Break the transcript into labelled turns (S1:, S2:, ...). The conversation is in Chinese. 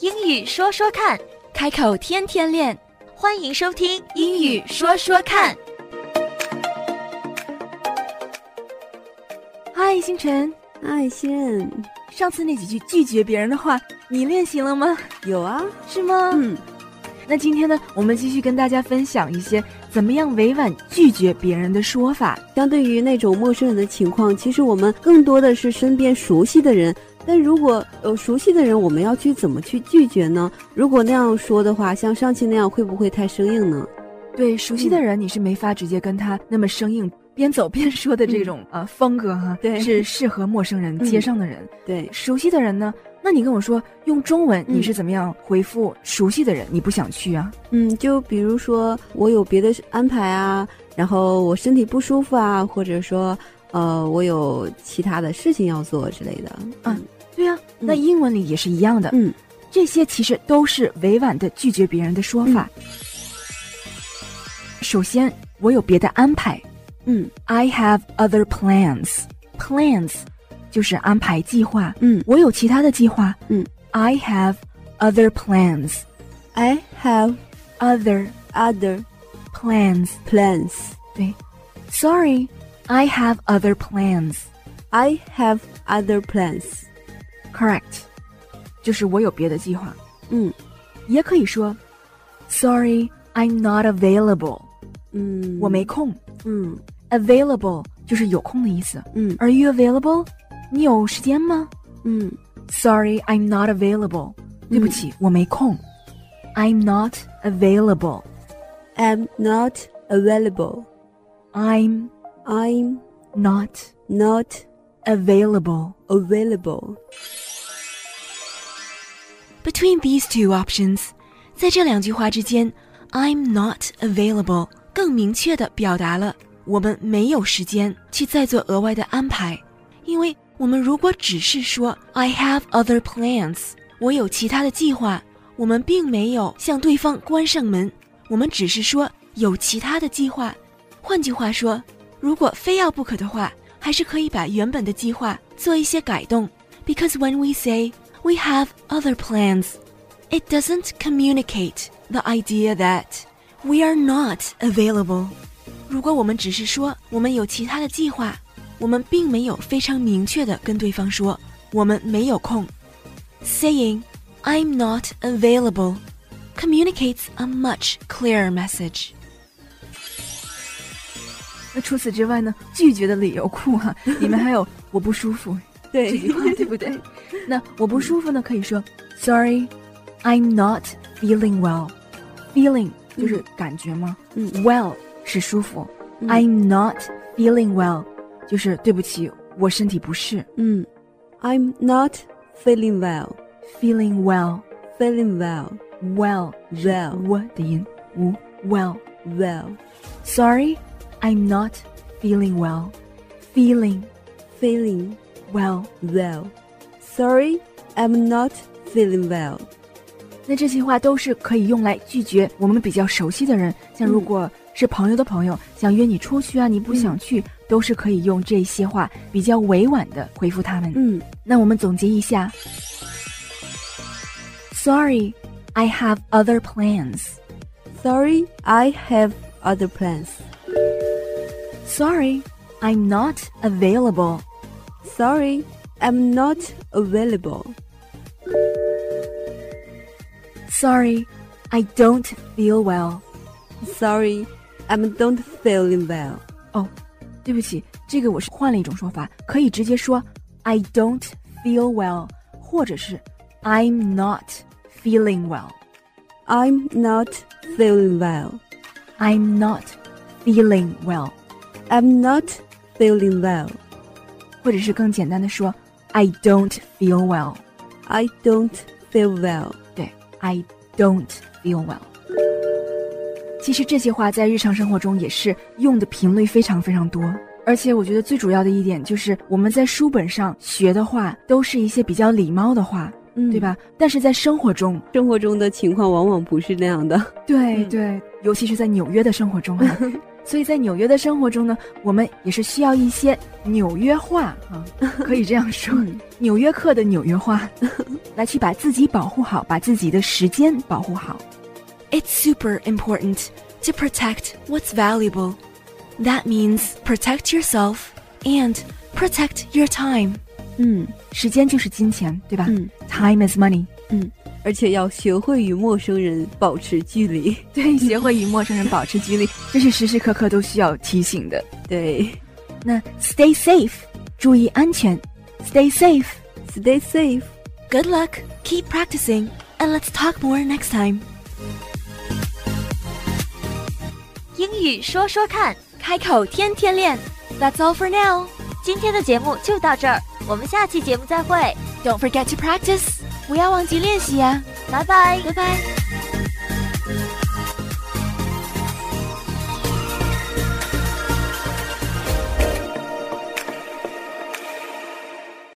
S1: 英语说说看，
S2: 开口天天练。
S1: 欢迎收听《英语说说看》。
S2: 嗨，星辰，
S3: 爱心，
S2: 上次那几句拒绝别人的话，你练习了吗？
S3: 有啊，
S2: 是吗？
S3: 嗯，
S2: 那今天呢，我们继续跟大家分享一些怎么样委婉拒绝别人的说法。
S3: 相对于那种陌生人的情况，其实我们更多的是身边熟悉的人。但如果呃熟悉的人，我们要去怎么去拒绝呢？如果那样说的话，像上期那样，会不会太生硬呢？
S2: 对熟悉的人，你是没法直接跟他那么生硬。边走边说的这种、呃风格哈、
S3: 对
S2: 是适合陌生人、
S3: 嗯
S2: 街上的人。
S3: 对，
S2: 熟悉的人呢，那你跟我说用中文
S3: 嗯
S2: 你是怎么样回复熟悉的人？你不想去啊？
S3: 嗯，就比如说我有别的安排啊，然后我身体不舒服啊，或者说呃我有其他的事情要做之类的。
S2: 啊对呀、那
S3: 嗯
S2: 英文里也是一样的。
S3: 嗯，
S2: 这些其实都是委婉的拒绝别人的说法。首先，我有别的安排
S3: 嗯
S2: ，I have other plans。plans 就是安排计划，
S3: 嗯
S2: 我有其他的计划。
S3: 嗯
S2: ，I have other plans。
S3: ，I have
S2: other
S3: other
S2: plans。
S3: plans.
S2: 对，Sorry。I have other plans.
S3: I have other plans.
S2: Correct，就是我有别的计划。
S3: 嗯
S2: 也可以说，Sorry, I'm not available，、
S3: 嗯，
S2: 我没空。
S3: 嗯
S2: Available 就是有空的意思。
S3: 嗯
S2: Are you available？你有时间吗
S3: 嗯
S2: ？Sorry, I'm not available。对不起，我没空。I'm not available.
S3: ，I'm not available.
S2: I'm
S3: I'm
S2: not
S3: not
S2: available.
S3: available.
S2: Between these two options，在这两句话之间，I'm not available 更明确地表达了我们没有时间去再做额外的安排，因为我们如果只是说 I have other plans，我有其他的计划，我们并没有向对方关上门，我们只是说有其他的计划。换句话说，如果非要不可的话，还是可以把原本的计划做一些改动。Because when we say we have other plans, it doesn't communicate the idea that we are not available. 如果我们只是说我们有其他的计划，我们并没有非常明确的跟对方说我们没有空。Saying I'm not available communicates a much clearer message. 那除此之外呢？拒绝的理由库哈、里面还有我不舒服， 这句话对不 对？那我不舒服呢，可以说 Sorry, I'm not feeling well. Feeling 就是感觉吗？
S3: 嗯
S2: Well 是舒服、
S3: 嗯
S2: I'm not feeling well 就是对不起，我身体不适。
S3: 嗯，I'm Mm. not feeling well.
S2: Feeling well,
S3: Feeling well.
S2: well 是
S3: Well
S2: 我的音，无 well。
S3: Well.
S2: Sorry, I'm not feeling well. Feeling
S3: Feeling
S2: well.
S3: well. Sorry, I'm not feeling well.
S2: 那这些话都是可以用来拒绝我们比较熟悉的人，像如果是朋友的朋友、想约你出去啊，你不想去，都是可以用这些话比较委婉的回复他们。
S3: 嗯
S2: 那我们总结一下：Sorry, I have other plans.
S3: ，Sorry, I have other plans.
S2: Sorry, I'm not available.
S3: Sorry, I'm not available.
S2: Sorry, I don't feel well.
S3: Sorry, I'm don't feeling well.
S2: 哦，对不起，这个我是换了一种说法，可以直接说 I don't feel well，或者是 I'm not feeling well。
S3: I'm not feeling well.
S2: I'm not feeling well，
S3: I'm not feeling well.
S2: 或者是更简单的说 I don't feel well。
S3: I don't feel well.
S2: 对，I don't feel well。其实这些话在日常生活中也是用的频率非常非常多，而且我觉得最主要的一点就是我们在书本上学的话都是一些比较礼貌的话，
S3: 嗯
S2: 对？吧？但是在生活中，
S3: 生活中的情况往往不是那样的。
S2: 对
S3: 嗯
S2: 对，尤其是在纽约的生活中 啊。所以在纽约的生活中呢，我们也是需要一嗯 些纽约话啊，可以这样说，纽约客的纽约话。来去把自己保护好，把自己的时间保护好。It's super important to protect what's valuable. That means protect yourself and protect your time. 嗯，时间就是金钱，对吧、
S3: 嗯，
S2: t i m e is money.
S3: 而且要学会与陌生人保持距离。
S2: 对，学会与陌生人保持距离，这是时时刻刻都需要提醒的。
S3: 对
S2: 那 stay safe，注意安全。Stay safe.
S3: ，Stay safe。
S2: Good luck. Keep practicing, and let's talk more next time.
S1: 英语说说看。
S2: 开口天天练。That's all for now.
S1: 今天的节目就到这儿，我们下期节目再会，
S2: Don't forget to practice. 不要忘记练习呀、
S1: 拜拜。
S2: 拜拜。